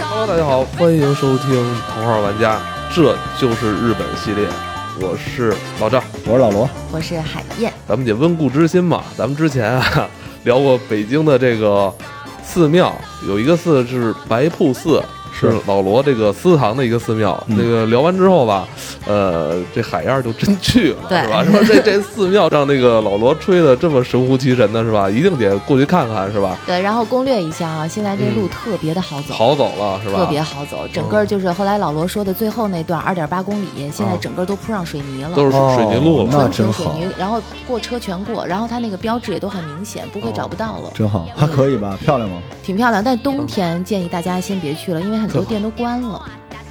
Hello，大家好，欢迎收听《头号玩家》，这就是日本系列，我是老赵。我是老罗，我是海燕，咱们得温故知新嘛。咱们之前啊聊过北京的这个寺庙，有一个寺是白瀑寺，是是老罗这个私藏的一个寺庙。嗯那个聊完之后吧，呃，这海燕儿就真去了，对是吧？说这这寺庙让那个老罗吹的这么神乎其神的，是吧？一定得过去看看，是吧？对，然后攻略一下啊，现在这路嗯特别的好走，逃走了，是吧？哦特别好走，整个就是后来老罗说的最后那段二点八公里，现在啊整个都铺上水泥了，都是水泥路了。哦那纯真平水好，泥，然后过车全过，然后它那个标志也都很明显，哦不会找不到了，真好，还可以吧？漂亮吗？挺漂亮。但嗯冬天建议大家先别去了，因为很多店都关了，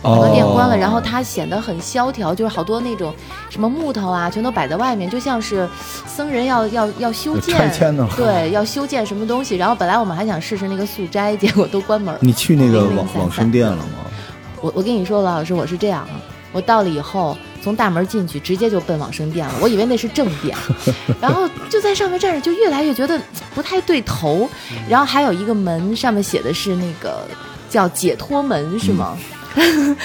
很很多哦店关了，然后它显得很萧条，就是好多那种什么木头啊，全都摆在外面，就像是僧人要要要修建拆迁呢？，对，要修建什么东西。然后本来我们还想试试那个素斋，结果都关门儿。你去那个零零散网散网生店了 吗？我我跟你说，老师，我是这样啊，我到了以后，从大门进去，直接就奔往生殿了。我以为那是正殿，然后就在上面站着，就越来越觉得不太对头。然后还有一个门上面写的是那个叫解脱门，是吗？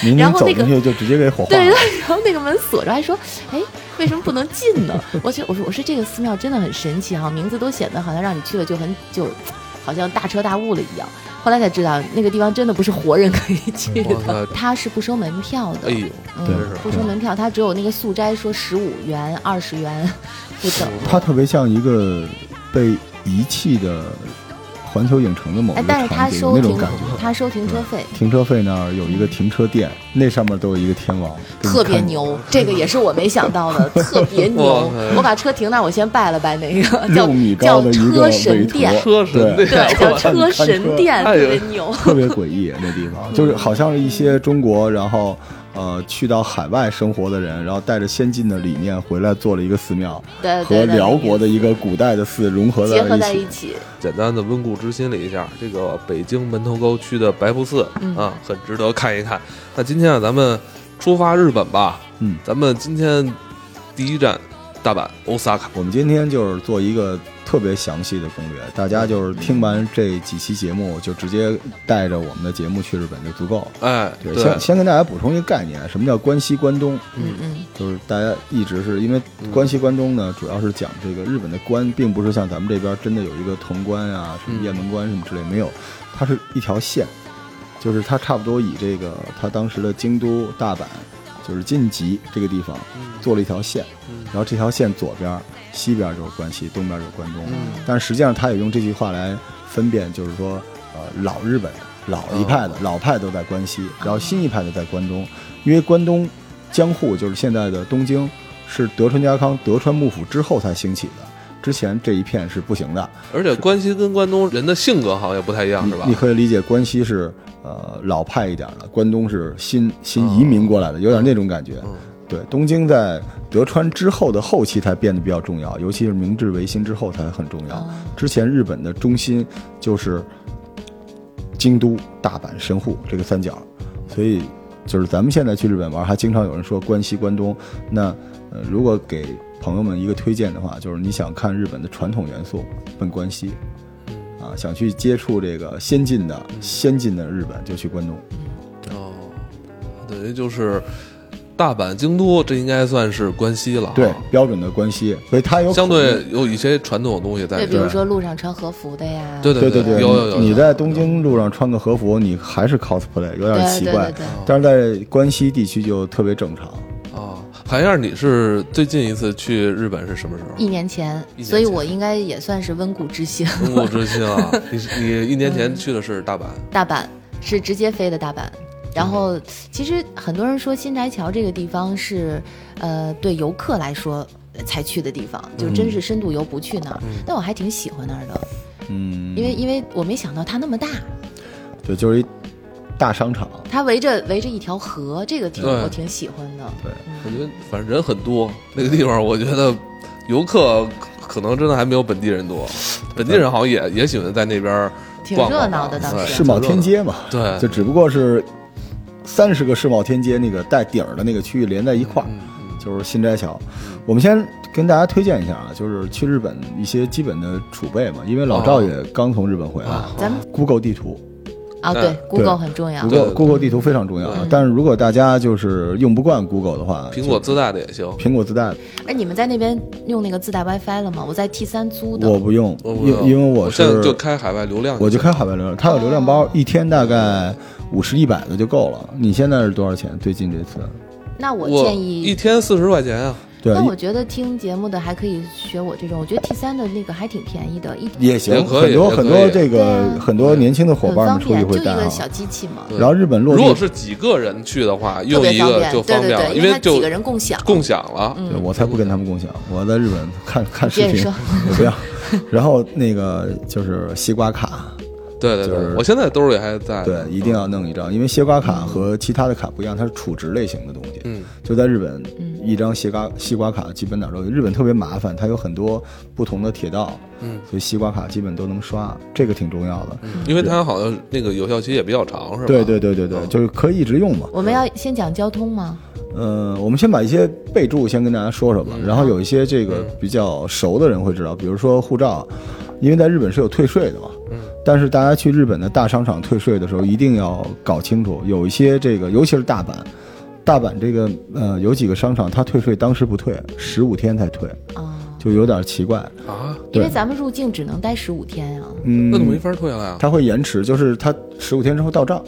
明然明后走那个进去就直接给火化对了对，，然后那个门锁着，还说，哎，为什么不能进呢？ 我觉得我说我说这个寺庙真的很神奇哈、名字都显得好像让你去了就很就，好像大彻大悟了一样。后来才知道那个地方真的不是活人可以去哇哦 的塞，它是不收门票的哎，呦，嗯对，不收门票，它只有那个素斋说十五元、二十元不等。它特别像一个被遗弃的环球影城的某一哎个，但是它场景，有收那种停感觉。嗯它收停车费。停车费那儿有一个停车店，那上面都有一个天王，给你特别看牛，这个也是我没想到 的，特别哇牛塞！我把车停那儿，我先拜了拜那个六叫米高叫的一个车神韦陀殿，车神 殿对对，叫车神殿，哎特呦别牛。特别诡异那地方，就是好像是一些中国，然后呃去到海外生活的人，然后带着先进的理念回来做了一个寺庙，对和对对，辽国的一个古代的寺融合结合在在一一起。起，简单的温故知新了一下，这个北京门头沟区的白瀑寺、嗯啊，很值得看一看。那今天啊，咱们出发日本吧，嗯，咱们今天第一站大阪 Osaka，我们今天就是做一个特别详细的攻略，大家就是听完这几期节目，就直接带着我们的节目去日本就足够了。哎，对，先先跟大家补充一个概念，什么叫关西关东？嗯嗯，就是大家一直是因为关西关东呢，主要是讲这个日本的关，并不是像咱们这边真的有一个潼关啊、什么雁门关什么之类没有，它是一条线，就是它差不多以这个它当时的京都、大阪，就是晋级这个地方嗯做了一条线，然后这条线左边、西边就是关西，东边就是关嗯东，但实际上他也用这句话来分辨，就是说，呃，老日本老一派哦的、老派都在关西，然后新一派的在关东，因为关东江户就是现在的东京，是德川家康、德川幕府之后才兴起的，之前这一片是不行的。而且关西跟关东人的性格好像也不太一样，你是吧你？可以理解关西是呃老派一点的，关东是新新移民过来的，有点那种感觉。嗯对，东京在德川之后的后期才变得比较重要，尤其是明治维新之后才很重要。哦之前日本的中心就是京都、大阪、神户这个三角，所以就是咱们现在去日本玩，还经常有人说关西、关东。那呃，如果给朋友们一个推荐的话，就是你想看日本的传统元素，奔关西。啊，想去接触这个先进的、先进的日本，就去关东。哦，等于就是大阪、京都，这应该算是关西了啊，对，标准的关西，所以它有相口音对有一些传统的东西在对，里比边。如说路上穿和服的呀，对对对对对，有有有你有你在东京路上穿个和服，你还是 cosplay，有点对奇对怪对。对，但是在关西地区就特别正常。啊，韩燕儿，你是最近一次去日本是什么时候？一年前，一年前所以我应该也算是温故知新。中国之星啊，你是你一年前去的是大阪， 大阪是直接飞的大阪。然后，其实很多人说新宅桥这个地方是，呃，对游客来说呃才去的地方，就真是深度游不去那儿。但我还挺喜欢那儿的，嗯，因为因为我没想到它那么大，对，就是一大商场。它围着围着一条河，这个挺对我挺喜欢的。对，我觉得反正人很多，那个地方我觉得游客可能真的还没有本地人多，本地人好像也也喜欢在那边儿嗯挺逛啊嗯逛热闹的逛倒对是世贸天街嘛，对嗯就只不过是三十个世贸天街那个带顶儿的那个区域连在一块儿，就是新斋桥。我们先跟大家推荐一下啊，就是去日本一些基本的储备嘛，因为老哦赵也刚从日本回来。啊咱们 Google 地图啊，对对对，Google 很重要。对对嗯，Google Google 地图非常重要啊嗯。但是如果大家就是用不惯 Google 的话，苹果自带的也行。苹果自带，哎，你们在那边用那个自带 WiFi 了吗？我在 T 三租的。我不用，我不因因为我是现在就开海外流量，我就开海外流量，它有流量包，一天大概五十一百的就够了。你现在是多少钱？最近这次？那我我建一议，天四十块钱啊，对，那我觉得听节目的还可以学我这种，我觉得 T 三的那个还挺便宜的，一也也行，可以很多也可以很多这个对啊很多年轻的伙很伴方们出去便，就会一带个啊。小机器嘛，对然后日本落如果地，是几个人去的话，特用别一方个便。就对方对便了，对，因它就几个人共享。共享了。对我才不跟他们共享，我在日本看看视接着频，说我 不要。然后那个就是西瓜卡，对对就是对，我现在兜里还在。对，一啊定要弄一张，因为西瓜卡和其他的卡不一样，它是储值类型的东西。嗯，就在日本，一张西瓜西瓜卡基本哪儿都有。日本特别麻烦，它有很多不同的铁道，嗯，所以西瓜卡基本都能刷，这个挺重要的。嗯因为它好像那个有效期也比较长，是吧？哦对对对对对，就是可以一直用嘛。我们要先讲交通吗？呃，我们先把一些备注先跟大家说说嗯吧，然后有一些这个比较熟的人会知道，比如说护照，因为在日本是有退税的嘛。嗯但是大家去日本的大商场退税的时候，一定要搞清楚，有一些这个，尤其是大阪，大阪这个呃有几个商场，它退税当时不退，十五天才退，啊，就有点奇怪。啊，因对为咱们入境只能待十五天啊。那就嗯，没法退了呀。它会延迟，就是它十五天之后到账。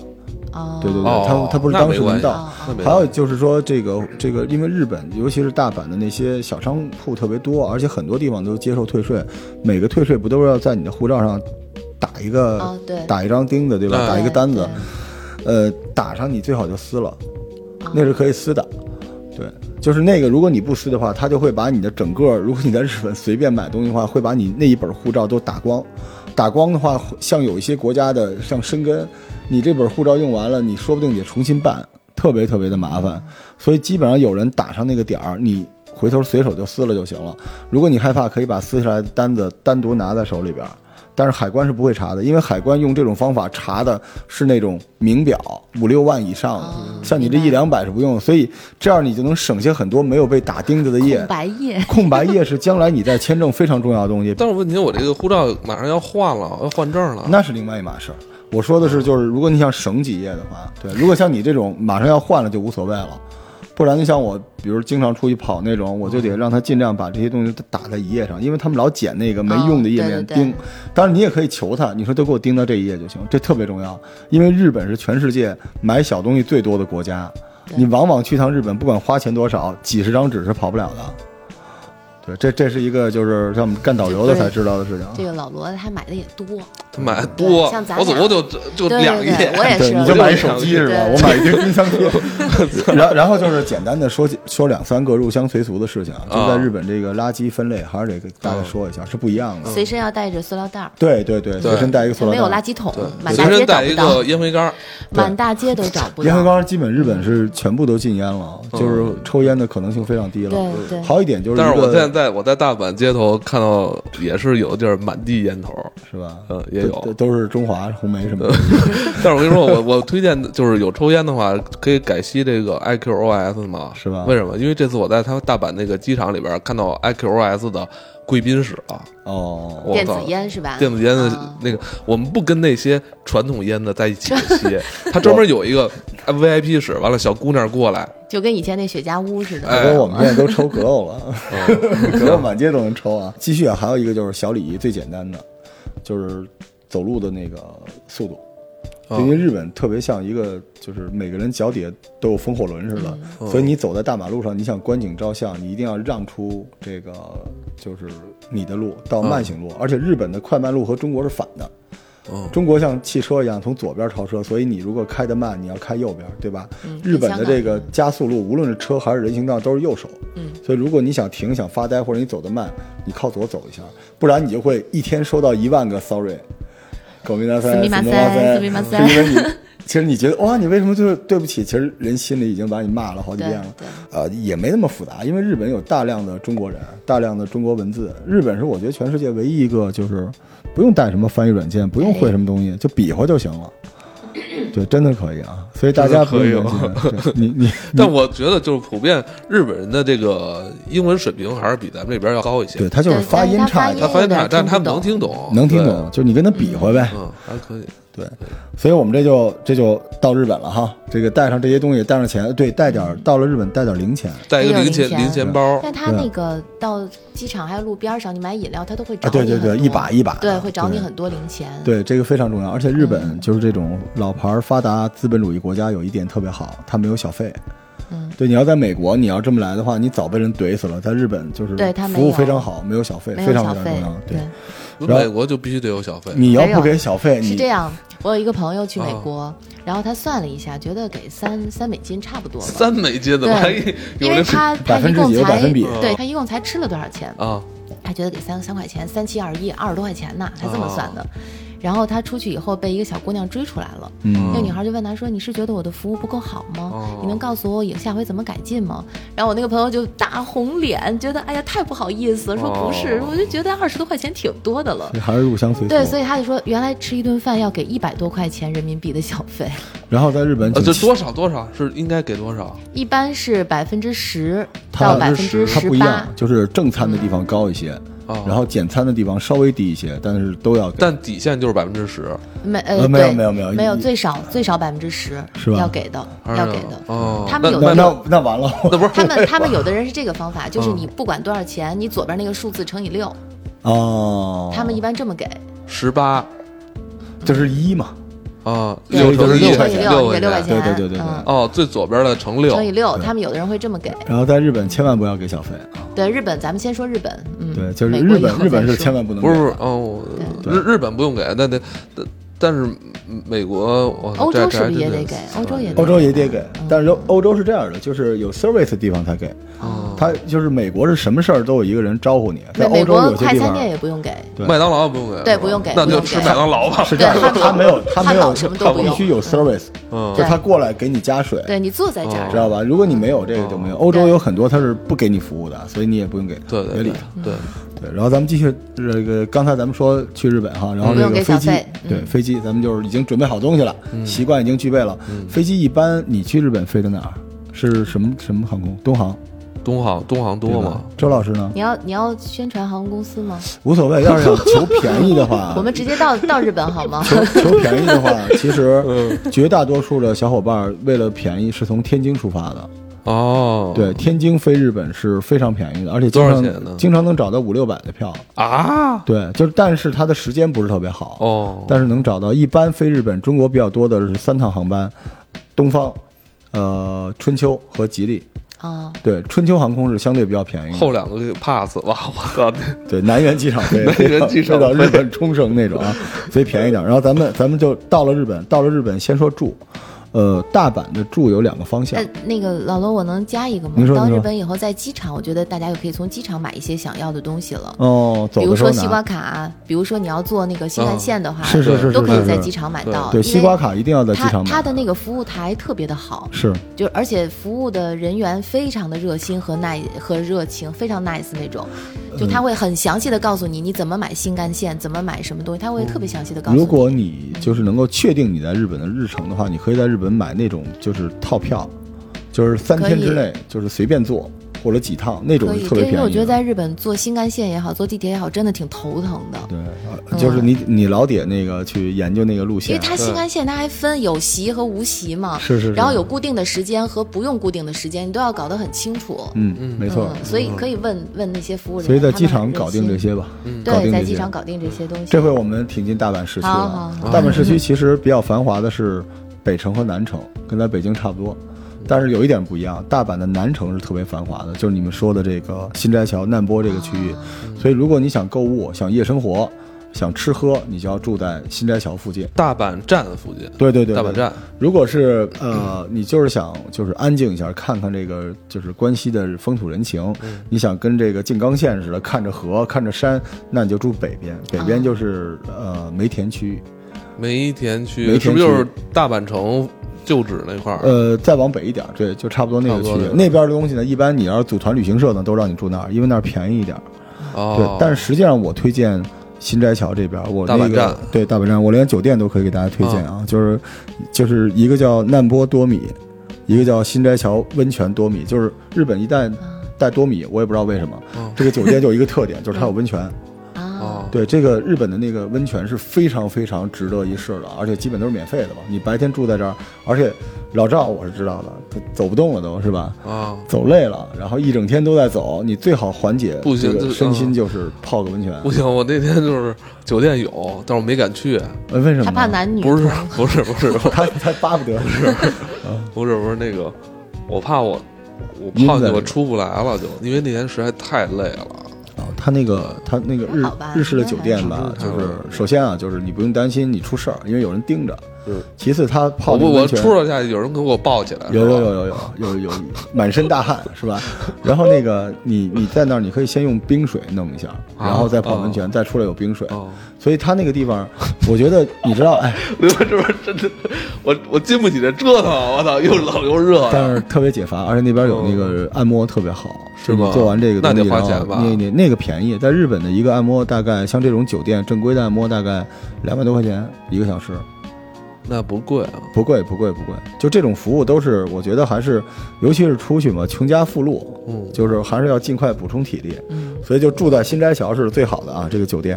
哦，对对对哦，它它不是那当没时能关系到那没还关有系就是说，这个这个，因为日本尤其是大阪的那些小商铺特别多，而且很多地方都接受退税，每个退税不都是要在你的护照上打一个、哦对打一张钉子对吧？对打一个单子，对呃，打上你最好就撕了，哦那是可以撕的。对，就是那个，如果你不撕的话，他就会把你的整个，如果你在日本随便买东西的话，会把你那一本护照都打光。打光的话，像有一些国家的，像申根，你这本护照用完了，你说不定得重新办，特别特别的麻烦。所以基本上有人打上那个点儿，你回头随手就撕了就行了。如果你害怕，可以把撕下来的单子单独拿在手里边儿，但是海关是不会查的，因为海关用这种方法查的是那种名表五六万以上的，哦像你这明白一两百是不用的，所以这样你就能省下很多没有被打钉子的页空。白页。 空白页是将来你在签证非常重要的东西，但是问题，我这个护照马上要换了，要换证啊了。那是另外一码事儿。我说的是，就是如果你想省几页的话，啊对，如果像你这种马上要换了就无所谓了，不然就像我，比如经常出去跑那种，我就得让他尽量把这些东西都打在一页上，因为他们老捡那个没用的页面哦对对对钉。当然你也可以求他，你说都给我钉到这一页就行，这特别重要，因为日本是全世界买小东西最多的国家，对你往往去趟日本，不管花钱多少，几十张纸是跑不了的。对，这这是一个就是像我们干导游的才知道的事情啊。这个老罗他买的也多，他买的多对像，咱我总共俩就就对两对页对，。我也对，是，你就买一手机是吧？对我买一个音箱 贴。然后然后就是简单的说几说两三个入乡随俗的事情啊，就在啊嗯日本这个垃圾分类还是得给大家说一下，是不一样的。随身要带着塑料袋儿，对对对，随身带一个塑没有料袋。垃圾桶，对， 满大随街身找带一不到个，烟灰缸，满大街都找不嗯烟灰到。缸基本日本是全部都禁烟了，就是抽烟的可能性非常低了。对对，好一点就是一嗯但个，是我现在在我在大阪街头看到也是有的地儿满地烟头，是吧？嗯也都有都都是中华红梅什么的。 但是我跟你说，我我推荐的就是有抽烟的话，可以改吸这个 IQOS 嘛，是吧为什么？因为这次我在他们大阪那个机场里边看到 IQOS 的贵宾室了，哦，我电子操！烟是吧？电子烟的啊那个，我们不跟那些传统烟的在一起 吸，他专门有一个 VIP 室，完了小姑娘过来，就跟以前那雪茄屋似的。哎不过我们现在都抽格欧 了，格欧满街都能抽啊。继续啊，还有一个就是小礼仪，最简单的，就是走路的那个速度。啊因为日本特别像一个，就是每个人脚底下都有风火轮似的，所以你走在大马路上，你想观景照相，你一定要让出这个就是你的路到慢行路，而且日本的快慢路和中国是反的，嗯，中国像汽车一样从左边超车，所以你如果开得慢，你要开右边，对吧？嗯日本的这个加速路，无论是车还是人行道，都是右手。嗯，所以如果你想停、想发呆，或者你走得慢，你靠左走一下，不然你就会一天收到一万个 sorry。狗命大三，死命命大大三三，死命大三是因为你，其实你觉得哇，你为什么就是对不起？其实人心里已经把你骂了好几对遍了。对，呃，也没那么复杂，因为日本有大量的中国人，大量的中国文字。日本是我觉得全世界唯一一个就是哎不用带什么翻译软件，不用会什么东西，就比划就行了。对，真的可以啊。所以大家不用真的可以哦担心对 你你，但我觉得就是普遍日本人的这个英文水平还是比咱们这边要高一些。对他就是对发但是音他差发他一点，发音有差，点但是他听不能懂听懂，能听对懂，，就是你跟他比划呗。嗯，还可以。对，所以我们这就这就到日本了哈。这个带上这些东西，带上钱，对，带点儿到了日本带点儿零钱带一还个零有零钱钱零钱包，但他对啊那个到机场还有路边上，你买饮料，他都会找啊，你对很多、对对，一把一把的，对，会找你很多零钱。对，这个非常重要，而且日本就是这种老牌儿发达资本主义国家有一点特别好，它没有小费。嗯，对，你要在美国，你要这么来的话，你早被人怼死了。在日本就是对它没服务有非常好，没有小费，没非有常小非常费重要。，对，然后美国就必须得有小费。你要没不有给小费，你是这样。我有一个朋友去美啊国，然后他算了一下，觉得给三三美金差不多吧，三美金怎么还对有因为这是哦他百他分一之共几有百才分比，对他一共才吃了多少钱？啊？他觉得给三三块钱，三七二十一，二十多块钱呢，他这哦么算的。然后他出去以后被一个小姑娘追出来了，嗯那女孩就问他说：“你是觉得我的服务不够好吗？哦你能告诉我以下回怎么改进吗？”然后我那个朋友就大红脸，觉得哎呀太不好意思了，说不是，哦我就觉得二十多块钱挺多的了。还是入乡随俗。对，所以他就说，原来吃一顿饭要给一百多块钱人民币的小费，然后在日本呃，请这七多少多少是应该给多少？一般是百分之十它到百分之它十不一八样，，就是正餐的地方高一些，啊然后简餐的地方稍微低一些，但是都要给。但底线就是百分之十，没呃呃没有对没有没有没有一最少最少百分之十是吧要给的还是要给的。哦，他们那有那那的那那那完了 那不是他们他们有的人是这个方法，就是嗯你不管多少钱，你左边那个数字乘以六，哦，他们一般这么给。十八就是一嘛，啊，对六就是乘六一块钱六给六块钱，对对对对对嗯哦，最左边的乘乘以六，六，他们有的人会这么给。然后在日本千万不要给小费啊。对日本，咱们先说日本，嗯，对，就是美日国以本，后日本再是说千万不能不是给不的是哦，对日日本不用给，那得但但是美国我欧洲这这是不是也得这给欧洲也啊得欧洲也得给，嗯但是欧洲是这样的，就是有 service 的地方才给。哦他就是美国是什么事儿都有一个人招呼你，在美嗯美欧洲国有些快地餐方店也不用给，对哦麦当劳不用给，对是吧不用给那不就用吃给麦当劳吧。是这样的，对汉堡他没有他没汉有堡什么都他不必用须有 service，嗯就他过来给你加水，对你嗯坐在这哦知儿，道吧？如果你没有这个就没有。欧洲有很多他是不给你服务的，所以你也不用给他，对别对理对他。嗯对，对，然后咱们继续这个，刚才咱们说去日本哈，然后不这用个给飞小机费，嗯对飞机，咱们就是已经准备好东西了，嗯习惯已经具备了。飞机一般你去日本飞的哪儿？是什么什么航空？东航东航东航多对吧吗？周老师呢？你要你要宣传航空公司吗？无所谓，要是想求便宜的话， 我们直 接到到日本好吗？求求便宜的话，其实嗯绝大多数的小伙伴为了便宜是从天津出发的。哦，对，天津飞日本是非常便宜的，而且经多少钱呢常经常能找到五六百的票。啊，对，就是但是它的时间不是特别好。哦，但是能找到一般飞日本、中国比较多的是三趟航班，东方、呃春秋和吉利。啊，对，春秋航空是相对比较便宜的，后两个给 pass 吧， 我靠，对南园机场 飞，南园机场飞到日本冲绳那种啊，所以便宜点儿。然后咱们咱们就到了日本，到了日本先说住，呃，大阪的住有两个方向呃，，那个老罗，我能加一个吗您？说到您说日本以后，在机场，我觉得大家就可以从机场买一些想要的东西了，哦，呃比走如的时说候西瓜拿，卡，比如说你要坐那个新干线的话，是是是是，都可以是在是机场买对到。对因西为瓜卡一定要在机他场买，他的那个服务台特别的好，是就而且服务的人员非常的热心和耐和热情，非常 nice 那种，嗯就他会很详细的告诉你你怎么买新干线，怎么买什么东西，他会特别详细的告诉你。嗯如果你就是能够确定你在日本的日程的话，你可以在日本买那种就是套票，就是三天之内就是随便坐或者几趟那种可是以，特别对，便宜的。因为我觉得在日本坐新干线也好，坐地铁也好，真的挺头疼的。对，呃就是你你老得那个去研究那个路嗯因线为，它新干线它还分有席和无席嘛，啊是是是然后有固定的时间和不用固定的时间，你都要搞得很清楚。嗯，没错。嗯所以可以问问那些服务人所以员，在他机们很场热搞定这心，些吧，搞对，定在这机些。场搞定这些东西。这回我们挺进大阪市区好好了。好大阪市区其实比较繁华的是北城和南城，跟咱北京差不多，但是有一点不一样，大阪的南城是特别繁华的，就是你们说的这个新斋桥、难波这个区域。所以如果你想购物、想夜生活、想吃喝，你就要住在新斋桥附近。大阪站附近，对对对，大对阪站。如果是呃，你就是想就是安静一下，看看这个就是关西的风土人情，你想跟这个静冈县似的，看着河，看着山，那你就住北边，北边就是呃梅田区，梅田梅区田是不是就区是大阪城旧址那块儿？呃，再往北一点，对，就差不多那个区差不多域那。个那边的东西呢，一般你要是组团旅行社呢，都让你住那儿，因为那儿便宜一点。对哦，，但是实际上我推荐新斋桥这边，我大阪那个站哦对大阪站，我连酒店都可以给大家推荐啊，就是就是一个叫难波多米，一个叫新斋桥温泉多米。就是日本一旦带多米，我也不知道为什么，嗯这个酒店就有一个特点，就是它有温泉。啊哦，对，这个日本的那个温泉是非常非常值得一试的，而且基本都是免费的吧。你白天住在这儿，而且老赵我是知道的，他走不动了都是吧？啊，走累了，然后一整天都在走，你最好缓解不行这个这身心嗯就是泡个温泉。不行，我那天就是酒店有，但是我没敢去，呃为什么呢？他怕男女不是同不是 不是他他巴不得是 不是不是那个，我怕我我晕泡在进去里我面出不来了就，因为那天实在太累了。啊，他那个他那个日还好吧日式的酒店吧，应该就还好是首先啊，就是你不用担心你出事儿，因为有人盯着。嗯，其次他我泡这个我温泉出了下去，有人给我抱起来，有有是吧有有有有有满身大汗是 吧？然后那个你你在那儿，你可以先用冰水弄一下，然后再泡温泉，再出来有冰水。哦，所以他那个地方，我觉得你知道，哎， 刘这边真的，我我经不起这折腾，啊我操，又冷又热的。但是特别解乏，而且那边有那个按摩特别好，哦是吗你做完这个东西那得花钱然后吧那那那个便宜，在日本的一个按摩大概像这种酒店正规的按摩大概两百多块钱一个小时，那不贵啊，不贵不贵不贵。就这种服务都是我觉得还是，尤其是出去嘛，穷家富路，嗯就是还是要尽快补充体力。嗯所以就住在新斋桥是最好的啊，这个酒店，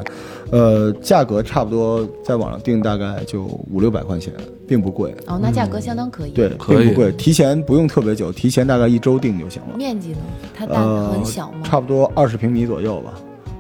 呃，价格差不多在网上订大概就五六百块钱，并不贵，哦，那价格相当可以。嗯对，，可以并不贵，提前不用特别久，提前大概一周订就行了，面积呢？它大呃，很小吗？差不多二十平米左右吧，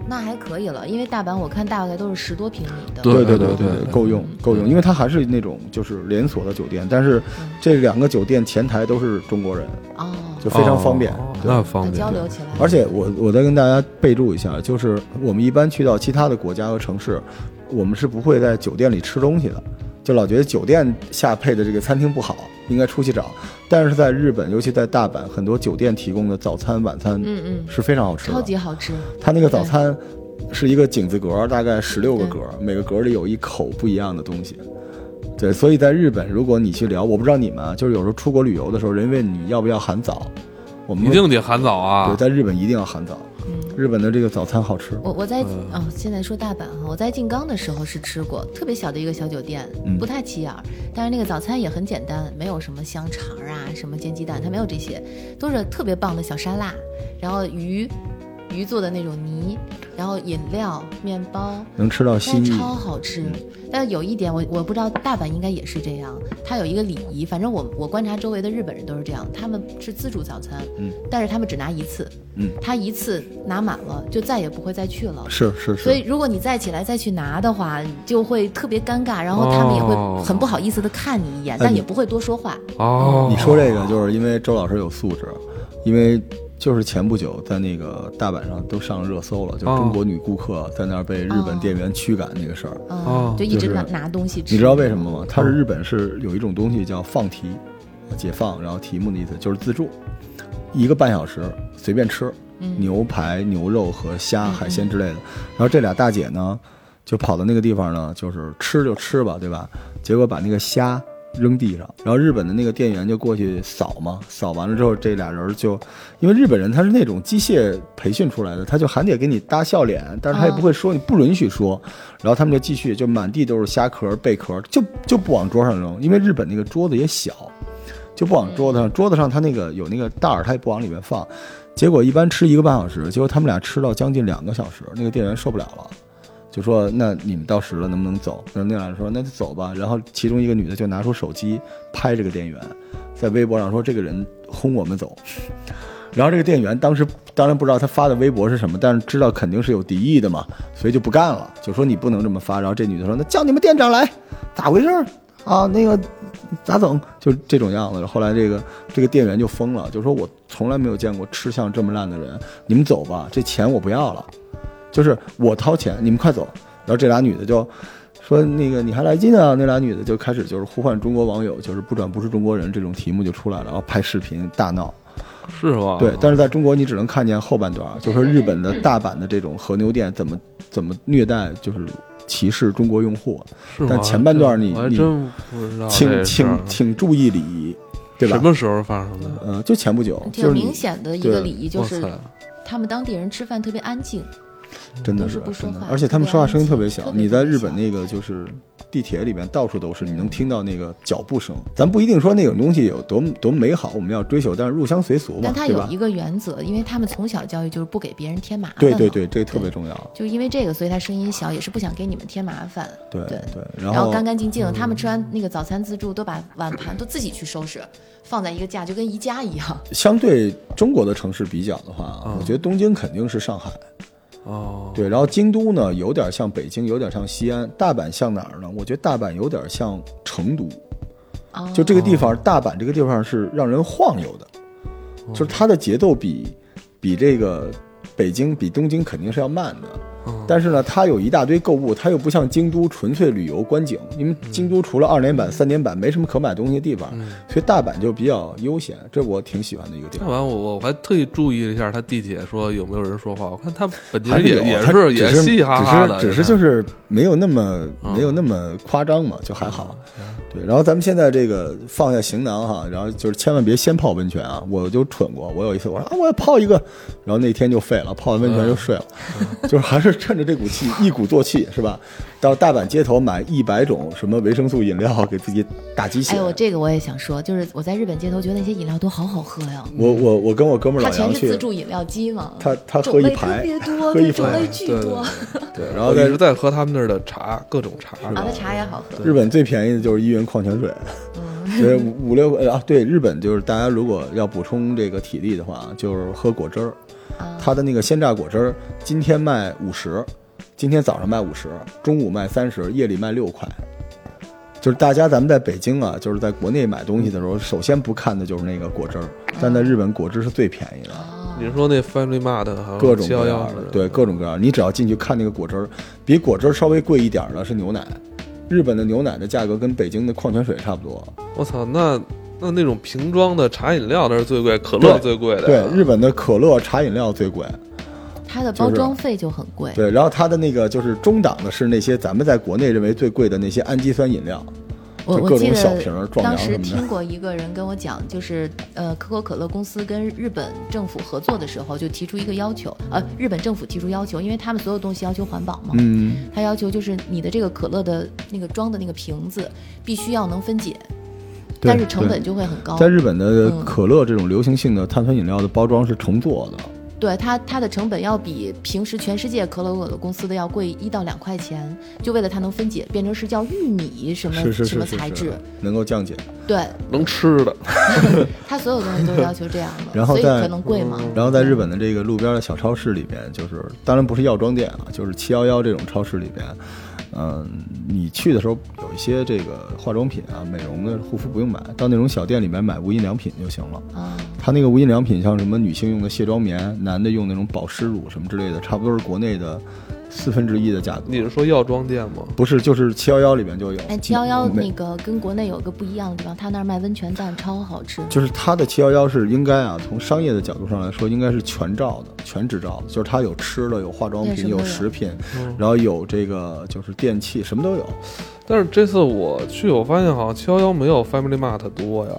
那还可以了，因为大阪我看大概都是十多平米的。对对对对对够用够用，因为它还是那种就是连锁的酒店，但是嗯这两个酒店前台都是中国人，哦，就非常方便，哦对那方那便交。流起来。而且我我再跟大家备注一下，就是我们一般去到其他的国家和城市，我们是不会在酒店里吃东西的，就老觉得酒店下配的这个餐厅不好，应该出去找。但是在日本，尤其在大阪，很多酒店提供的早餐、晚餐嗯嗯，是非常好吃超的。级好吃。它那个早餐是一个井字格，大概十六个格，每个格里有一口不一样的东西。对，所以在日本，如果你去聊，我不知道你们啊，就是有时候出国旅游的时候，人问你要不要含早，我们一定得含早啊对，！在日本一定要含早。嗯，日本的这个早餐好吃，我我在哦，现在说大阪哈，我在静冈的时候是吃过，特别小的一个小酒店嗯，不太起眼儿，但是那个早餐也很简单，没有什么香肠啊，什么煎鸡蛋，它没有这些，都是特别棒的小沙拉，然后鱼，鱼做的那种泥，然后饮料、面包，能吃到但心嗯是意。超好吃。但是有一点我，我不知道大阪应该也是这样，它有一个礼仪，反正我我观察周围的日本人都是这样，他们吃自助早餐，嗯，但是他们只拿一次，嗯，他一次拿满了就再也不会再去了。是是所是，以，如果你再起来再去拿的话，你就会特别尴尬，然后他们也哦会很不好意思的看你一哎眼，但也不会多说话。哦，你说这个就是因为周老师有素质，因为就是前不久在那个大阪上都上热搜了，就是中国女顾客在那儿被日本店员驱赶那个事儿。哦嗯，就一直就是拿拿东西吃。你知道为什么吗？它是日本是有一种东西叫放题，解放，然后题目的意思就是自助，一个半小时随便吃，牛排、牛肉和虾、海鲜之类的。然后这俩大姐呢，就跑到那个地方呢，就是吃就吃吧，对吧？结果把那个虾扔地上，然后日本的那个店员就过去扫嘛，扫完了之后，这俩人就，因为日本人他是那种机械培训出来的，他就还得给你搭笑脸，但是他也不会说，你不允许说。然后他们就继续，就满地都是虾壳、贝壳，就就不往桌上扔，因为日本那个桌子也小，就不往桌子上，桌子上他那个有那个袋儿，他也不往里面放。结果一般吃一个半小时，结果他们俩吃到将近两个小时，那个店员受不了了。就说那你们到时了，能不能走？那那俩人说那就走吧。然后其中一个女的就拿出手机拍这个店员，在微博上说这个人轰我们走。然后这个店员当时当然不知道他发的微博是什么，但是知道肯定是有敌意的嘛，所以就不干了，就说你不能这么发。然后这女的说那叫你们店长来，咋回事儿啊？那个咋整？就这种样子。后来这个这个店员就疯了，就说我从来没有见过吃相这么烂的人，你们走吧，这钱我不要了。就是我掏钱，你们快走。然后这俩女的就说那个你还来劲啊？那俩女的就开始就是呼唤中国网友，就是不转不是中国人这种题目就出来了，然后拍视频大闹。是吗？对，但是在中国你只能看见后半段，就是日本的大阪的这种和牛店怎么怎么虐待，就是歧视中国用户。是吗但前半段你我还你真不知道请这事儿啊请请注意礼仪，对吧什？么时候发生的？呃，就前不久，就挺是你明显的一对个礼仪，就哇是塞他们当地人吃饭特别安静。真的嗯都是是不说真的话，而且他们说话声音特别特小。别你在日本小嗯那个就是地铁里面到处都是，你能听到那个脚步声。咱不一定说那种东西有多么多么美好，我们要追求，但是入乡随俗嘛，但他对有吧一？个原则，因为他们从小教育就是不给别人添麻烦。对对，对，这个特别重要。就因为这个，所以他声音小，也是不想给你们添麻烦。对对对，然后嗯干干净净，他们吃完那个早餐自助，都把碗盘都自己去收拾，放在一个架，就跟宜家一样。相对中国的城市比较的话，啊我嗯觉得东京肯定是上海。哦，对，然后京都呢，有点像北京，有点像西安，大阪像哪儿呢？我觉得大阪有点像成都，哦就这个地方，大阪这个地方是让人晃悠的，就是它的节奏比比这个北京、比东京肯定是要慢的。但是呢，它有一大堆购物，它又不像京都纯粹旅游观景，因为京都除了二年版、三年版没什么可买东西的地方，所以大阪就比较悠闲，这我挺喜欢的一个地看方。完我我我还特意注意了一下他地铁说有没有人说话，我看他本地还人是有啊也也它是也只是是嘻嘻哈哈的，只是只是就是没有那么嗯没有那么夸张嘛，就还好。对，然后咱们现在这个放下行囊哈，然后就是千万别先泡温泉啊！我就蠢过，我有一次我说啊我要泡一个，然后那天就废了，泡完温泉就睡了，嗯就是还是趁着这股气一鼓作气是吧？到大阪街头买一百种什么维生素饮料给自己打鸡血。哎，我这个我也想说，就是我在日本街头觉得那些饮料都好好喝呀，我我我跟我哥们儿它老全杨是去自，助饮料机嘛，他他喝种一类特排，别多，喝一对，种排类，巨对对多，对，然然后后一在直在喝他们那儿的茶，各种茶。啊，那茶也好喝。日本最便宜的就是一元矿泉水，所以五五六呃啊，对，日本就是大家如果要补充这个体力的话，就是喝果汁儿，它的那个鲜榨果汁儿今天卖五十，今天早上卖五十，中午卖三十，夜里卖六块。就是大家咱们在北京啊，就是在国内买东西的时候，首先不看的就是那个果汁儿，但在日本果汁是最便宜的。你说那 Family Mart 哦和各种七幺各幺样似的，的对，各种各样。你只要进去看那个果汁儿，比果汁儿稍微贵一点儿的是牛奶。日本的牛奶的价格跟北京的矿泉水差不多。我操，那那那种瓶装的茶饮料那是最贵，可乐对最贵的呀。对，啊日本的可乐、茶饮料最哎贵。它的包就是装费就很贵，对，然后它的那个就是中档的是那些咱们在国内认为最贵的那些氨基酸饮料。我就我各记种小瓶得儿壮当阳时什么的听过一个人跟我讲，就是呃，可口可乐公司跟日本政府合作的时候，就提出一个要求，呃，日本政府提出要求，因为他们所有东西要求环保嘛，嗯，他要求就是你的这个可乐的那个装的那个瓶子必须要能分解，对但是成本对就会很高。在日本的嗯可乐这种流行性的碳酸饮料的包装是重做的。对它它的成本要比平时全世界可口可乐公司的要贵一到两块钱，就为了它能分解变成是叫玉米什么是是什是么是材质是，，能够降解。对能吃的，它所有东西都是要求这样的，然后嗯所以再可能贵嘛。然后在日本的这个路边的小超市里面，就是当然不是药妆店啊，就是七幺幺这种超市里边，嗯，你去的时候有一些这个化妆品啊、美容的护肤不用买，到那种小店里面买无印良品就行了。啊，它那个无印良品像什么女性用的卸妆棉，男的用那种保湿乳什么之类的，差不多是国内的四分之一的价格。你是说药妆店吗？不是，就是七幺幺里面就有。哎，七幺幺美那个跟国内有个不一样的地方，它那儿卖温泉蛋超好吃。就是它的七幺幺是应该啊，从商业的角度上来说，应该是全罩的、全执照的，就是它有吃的、有化妆对什品、么都有有食品，然后有这个就是电器，什么都有。但是这次我去，我发现好像七幺幺没有 Family Mart 多呀，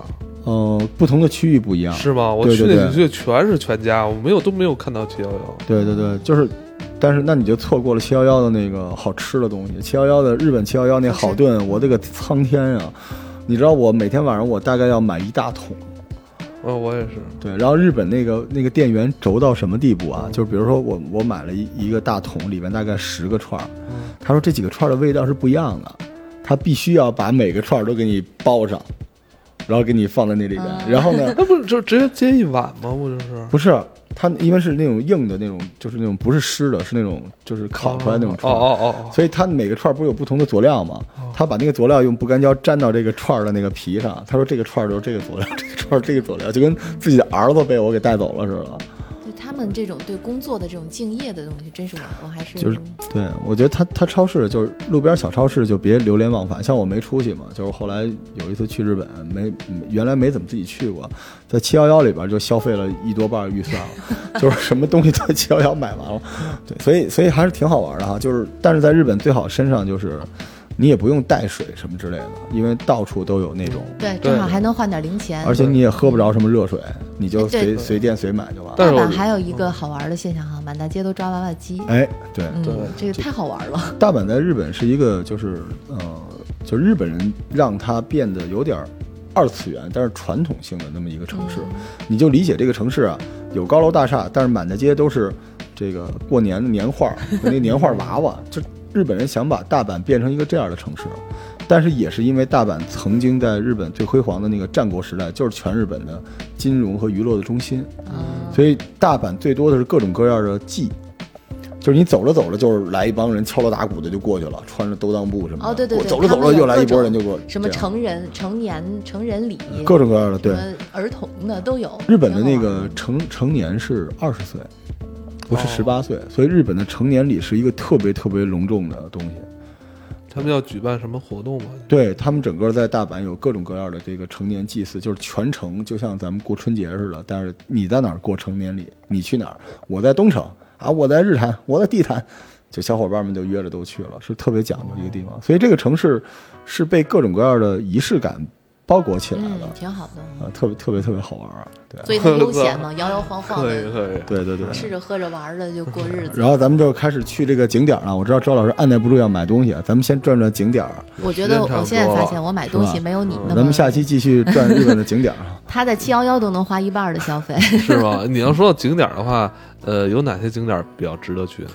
呃，不同的区域不一样。是吗？我对去对那几对去全是全家，我没有都没有看到七幺幺。对对对，就是，但是那你就错过了七幺幺的那个好吃的东西。七幺幺的日本七幺幺那好炖，我这个苍天啊！你知道我每天晚上我大概要买一大桶。啊，我也是，对，然后日本那个那个店员轴到什么地步啊？就是比如说我我买了一一个大桶，里面大概十个串儿，嗯他说这几个串儿的味道是不一样的，他必须要把每个串儿都给你包上，然后给你放在那里边。嗯，然后呢那不是就直接接一碗吗？不就是？不是他因为是那种硬的那种，就是那种不是湿的，是那种就是烤出来那种哦串儿。哦哦所以它每个串儿不是有不同的佐料吗？他把那个佐料用不干胶粘到这个串儿的那个皮上，他说这个串儿就是这个佐料，这个串儿这个佐料，就跟自己的儿子被我给带走了似的。就他们这种对工作的这种敬业的东西，真是我我还是就是对，我觉得他他超市就是路边小超市就别流连忘返。像我没出息嘛，就是后来有一次去日本，没原来没怎么自己去过，在七幺幺里边就消费了一多半预算了， 就是什么东西在七幺幺买完了。对，所以所以还是挺好玩的哈。就是但是在日本最好身上就是你也不用带水什么之类的，因为到处都有那种，对，对正好还能换点零钱。而且你也喝不着什么热水，你就对随随店随买就完但了。大是我阪还有一个好玩的现象哈，满大街都抓娃娃机。哎，对。嗯对，这个太好玩了。大阪在日本是一个就是呃就日本人让它变得有点儿二次元，但是传统性的那么一个城市。你就理解这个城市啊，有高楼大厦，但是满大街都是这个过年的年画儿和那年画娃娃。就日本人想把大阪变成一个这样的城市，但是也是因为大阪曾经在日本最辉煌的那个战国时代，就是全日本的金融和娱乐的中心。嗯所以大阪最多的是各种各样的祭，就是你走着走着，就是来一帮人敲锣打鼓的就过去了，穿着兜裆布什么的。哦对对对走着走他们着有又来一波各人种就过。什么这样嗯成人、成年、成人礼，各种各样的什对。么儿童的都有。啊日本的那挺好玩个成成年是二十岁，不是哦十八岁，所以日本的成年礼是一个特别特别隆重的东西。他们要举办什么活动吗？对他们整个在大阪有各种各样的这个成年祭祀，就是全城就像咱们过春节似的，但是你在哪儿过成年礼，你去哪儿？我在东城啊，我在日坛，我在地坛，就小伙伴们就约着都去了，是特别讲究一个地方。所以这个城市是被各种各样的仪式感包裹起来了嗯，，挺好 的。啊，特别特别特别好玩儿。对，所以它悠闲嘛，摇摇晃晃可以的，可以，对对对。吃着喝着玩着就过日子。然后咱们就开始去这个景点儿了。啊我知道周老师按耐不住要买东西，啊咱们先转转景点儿。我觉得我现在发现，我买东是西吧嗯没有你那咱么们，下期继续转日本的景点儿。他在七幺幺都能花一半儿的消费。是吗？你要说到景点的话，呃，有哪些景点比较值得去呢？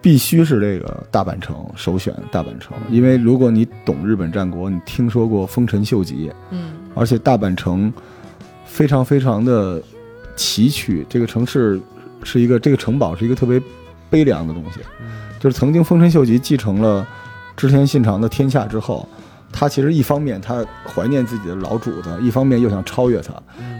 必须是这个大阪城首选，大阪城，因为如果你懂日本战国，你听说过丰臣秀吉，嗯，而且大阪城非常非常的崎岖，这个城市是一个这个城堡是一个特别悲凉的东西，就是曾经丰臣秀吉继承了织田信长的天下之后，他其实一方面他怀念自己的老主子，一方面又想超越他，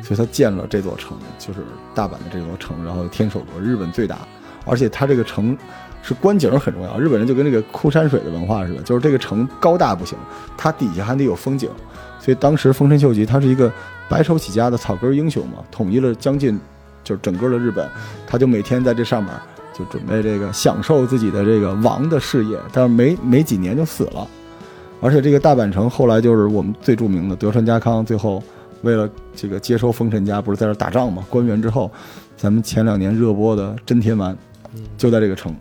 所以他建了这座城，就是大阪的这座城，然后天守阁，日本最大，而且它这个城。是观景很重要，日本人就跟这个枯山水的文化似的，就是这个城高大不行，它底下还得有风景，所以当时丰臣秀吉他是一个白手起家的草根英雄嘛，统一了将近就是整个的日本，他就每天在这上面就准备这个享受自己的这个王的事业，但是没没几年就死了。而且这个大阪城后来就是我们最著名的德川家康，最后为了这个接收丰臣家，不是在这打仗嘛？官员之后，咱们前两年热播的《真田丸》，就在这个城，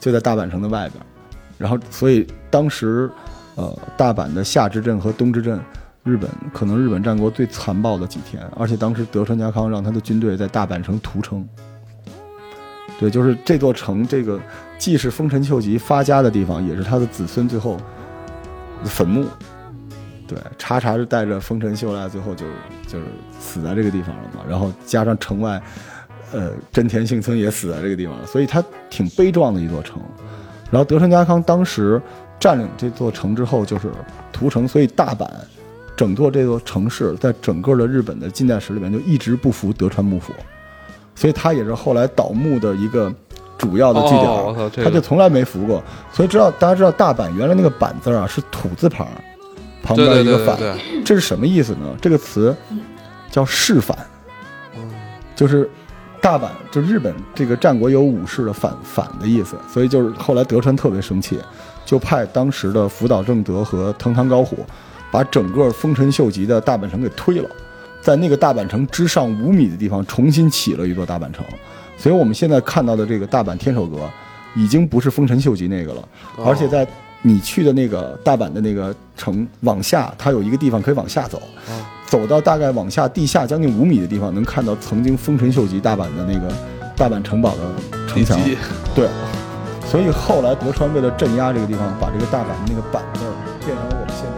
就在大阪城的外边。然后，所以当时，呃，大阪的夏之阵和东之阵，日本可能日本战国最残暴的几天，而且当时德川家康让他的军队在大阪城屠城。对，就是这座城，这个既是丰臣秀吉发家的地方，也是他的子孙最后的坟墓。对，茶茶是带着丰臣秀赖，最后就就是死在这个地方了嘛。然后加上城外，呃，真田幸村也死在这个地方了，所以它挺悲壮的一座城。然后德川家康当时占领这座城之后，就是屠城，所以大阪整座这座城市在整个的日本的近代史里面就一直不服德川幕府，所以它也是后来倒幕的一个主要的据点。哦我操这个他就从来没服过，所以知道大家知道大阪原来那个板字儿啊是土字旁，旁对边对一对个对反，对，这是什么意思呢？这个词叫弑反，嗯就是大阪，就日本这个战国有武士的反反的意思，所以就是后来德川特别生气，就派当时的福岛正德和藤堂高虎，把整个丰臣秀吉的大阪城给推了，在那个大阪城之上五米的地方重新起了一座大阪城，所以我们现在看到的这个大阪天守阁，已经不是丰臣秀吉那个了，哦而且在。你去的那个大阪的那个城往下，它有一个地方可以往下走，走到大概往下地下将近五米的地方，能看到曾经丰臣秀吉大阪的那个大阪城堡的城地墙。基对，所以后来德川为了镇压这个地方，把这个大阪的那个板字儿变成我们现在。